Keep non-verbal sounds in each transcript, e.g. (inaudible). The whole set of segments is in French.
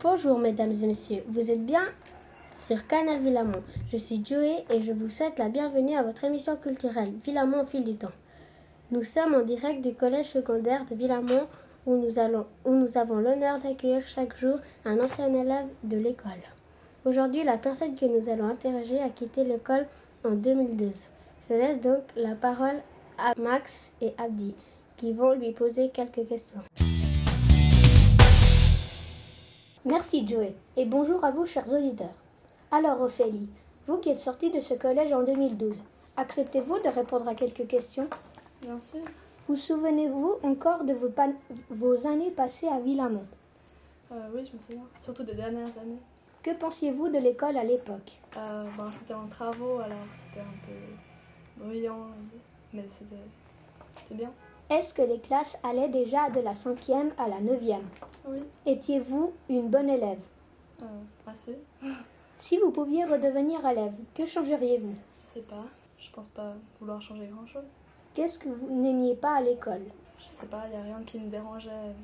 Bonjour mesdames et messieurs, vous êtes bien sur Canal Villamont. Je suis Joey et je vous souhaite la bienvenue à votre émission culturelle Villamont au fil du temps. Nous sommes en direct du collège secondaire de Villamont où nous, allons, où nous avons l'honneur d'accueillir chaque jour un ancien élève de l'école. Aujourd'hui, la personne que nous allons interroger a quitté l'école en 2012. Je laisse donc la parole à Max et Abdi qui vont lui poser quelques questions. Merci Joey et bonjour à vous chers auditeurs. Alors Ophélie, vous qui êtes sortie de ce collège en 2012, acceptez-vous de répondre à quelques questions Bien sûr. Vous souvenez-vous encore de vos, pan- vos années passées à Villamont Euh, oui, je me souviens. Surtout des dernières années. Que pensiez-vous de l'école à l'époque Euh, ben, c'était en travaux, alors c'était un peu bruyant, mais c'était, c'était bien. Est-ce que les classes allaient déjà de la cinquième à la neuvième Oui. Étiez-vous une bonne élève Euh, assez. Si vous pouviez redevenir élève, que changeriez-vous Je sais pas. Je pense pas vouloir changer grand-chose. Qu'est-ce que vous n'aimiez pas à l'école Je sais pas, il a rien qui me dérangeait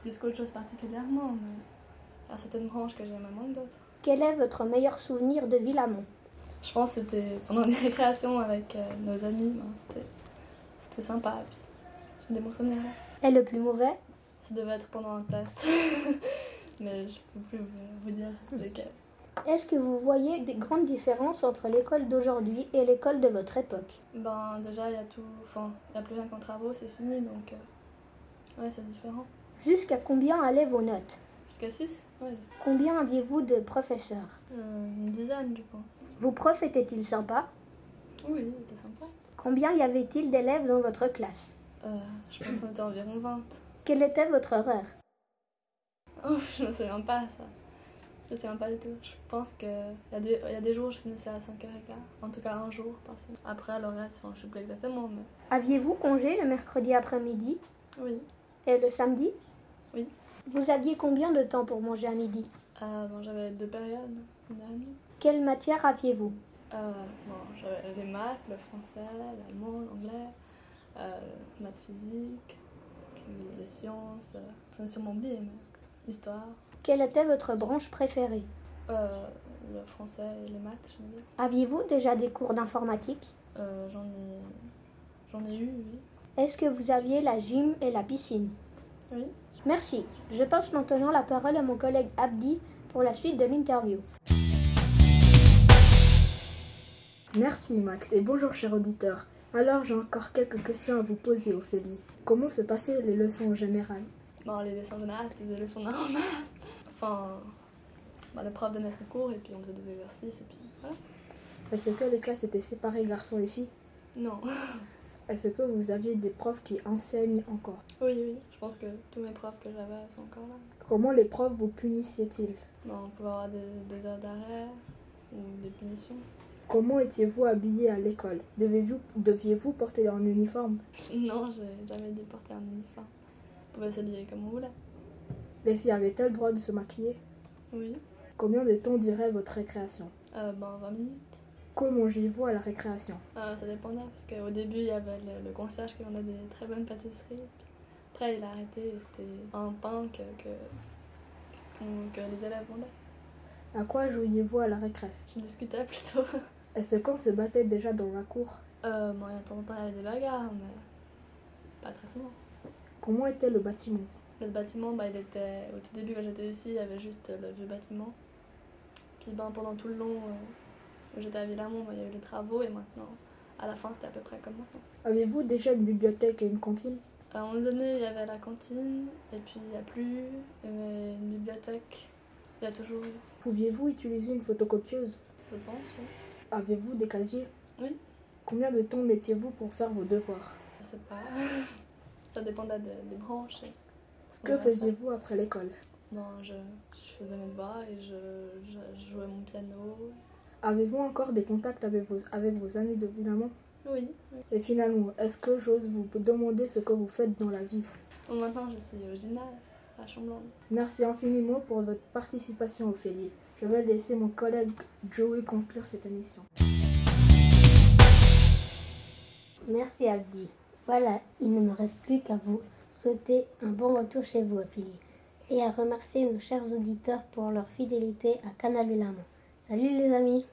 plus qu'autre chose particulièrement, mais il y a certaines branches que j'aimais moins que d'autres. Quel est votre meilleur souvenir de Villamont Je pense que c'était pendant les récréations avec euh, nos amis, ben, c'était, c'était sympa. Puis, j'ai des bons souvenirs. Est le plus mauvais Ça devait être pendant un test. (laughs) Mais je peux plus vous- vous dire lequel. Est-ce que vous voyez des grandes différences entre l'école d'aujourd'hui et l'école de votre époque Ben déjà il y a tout. Enfin, il n'y a plus rien qu'en travaux, c'est fini donc. euh, Ouais, c'est différent. Jusqu'à combien allaient vos notes Jusqu'à 6 Ouais, jusqu'à Combien aviez-vous de professeurs euh, une dizaine je pense. Vos profs étaient-ils sympas Oui, c'était sympa. Combien y avait-il d'élèves dans votre classe Euh, je pense qu'on était environ (laughs) 20. Quel était votre horaire Oh, je me souviens pas ça. Je me souviens pas du tout. Je pense que il y, a des- y a des jours je finissais à 5h15. En tout cas un jour par semaine. Après le reste, enfin, je sais plus exactement mais. Aviez-vous congé le mercredi après-midi Oui. et le samedi Oui. Vous aviez combien de temps pour manger à midi Euh, bon, j'avais deux périodes, une année. Quelle matière aviez-vous Euh, bon, j'avais les maths, le français, l'allemand, l'anglais, euh, maths physique, puis les sciences, euh, j'en ai sûrement oublié, mais l'histoire, Quelle était votre branche préférée euh, le français et les maths, j'aime bien. Aviez-vous déjà des cours d'informatique Euh, j'en ai, j'en ai eu, oui. Est-ce que vous aviez la gym et la piscine Oui. Merci. Je passe maintenant la parole à mon collègue Abdi pour la suite de l'interview. Merci Max et bonjour chers auditeurs. Alors j'ai encore quelques questions à vous poser Ophélie. Comment se passaient les leçons en général Bon, les leçons générales, c'était des leçons normales. enfin, bah, le prof donnait son cours et puis on faisait des exercices et puis voilà. Est-ce que les classes étaient séparées garçons et filles Non. Est-ce que vous aviez des profs qui enseignent encore (laughs) oui, oui, je pense que tous mes profs que j'avais sont encore là. Comment les profs vous punissaient-ils Bon, on pouvait avoir des, des heures d'arrêt ou des punitions. Comment étiez-vous habillés à l'école Devez-vous- Deviez-vous porter un uniforme (laughs) Non, j'ai jamais dû porter un uniforme. On pouvait s'habiller comme on voulait. Les filles avaient-elles le droit de se maquiller Oui. Combien de temps durait votre récréation Euh, ben, 20 minutes. Que mangez-vous à la récréation Euh, ça dépendait, parce qu'au début, il y avait le, le concierge qui vendait des très bonnes pâtisseries. Puis après, il a arrêté et c'était un pain que, que, qu'on- que les élèves vendaient. À quoi jouiez-vous à la récré Je discutais (laughs) plutôt. Est-ce qu'on se battait déjà dans la cour Euh, bon, il y a de temps en temps, il y avait des bagarres, mais pas très souvent. Comment était le bâtiment Le bâtiment, bah, il était au tout début quand j'étais ici, il y avait juste euh, le vieux bâtiment. Puis ben, pendant tout le long euh, où j'étais à Villamont, bah, il y avait les travaux et maintenant, à la fin, c'était à peu près comme maintenant. Avez-vous déjà une bibliothèque et une cantine À un moment donné, il y avait la cantine et puis il n'y a plus, mais une bibliothèque, il y a toujours, eu, Pouviez-vous utiliser une photocopieuse je pense. ouais. Avez-vous des casiers Oui. Combien de temps mettiez-vous pour faire vos devoirs Je sais pas. (laughs) Ça dépendait des, des branches. et ce qu'on Que avait à faire. faisiez-vous après l'école Non, je, je faisais mes devoirs et je, je- je jouais mon piano. Avez-vous encore des contacts avec vos, avec vos amis de Villamont Oui, oui. Et finalement, est-ce que j'ose vous demander ce que vous faites dans la vie Bon, maintenant, je suis au gymnase, à Chamblande. Merci infiniment pour votre participation, Ophélie. Je vais laisser mon collègue Joey conclure cette émission. Merci Abdi. Voilà, il ne me reste plus qu'à vous souhaiter un bon retour chez vous, Ophélie, et à remercier nos chers auditeurs pour leur fidélité à Canal Lamont. Salut les amis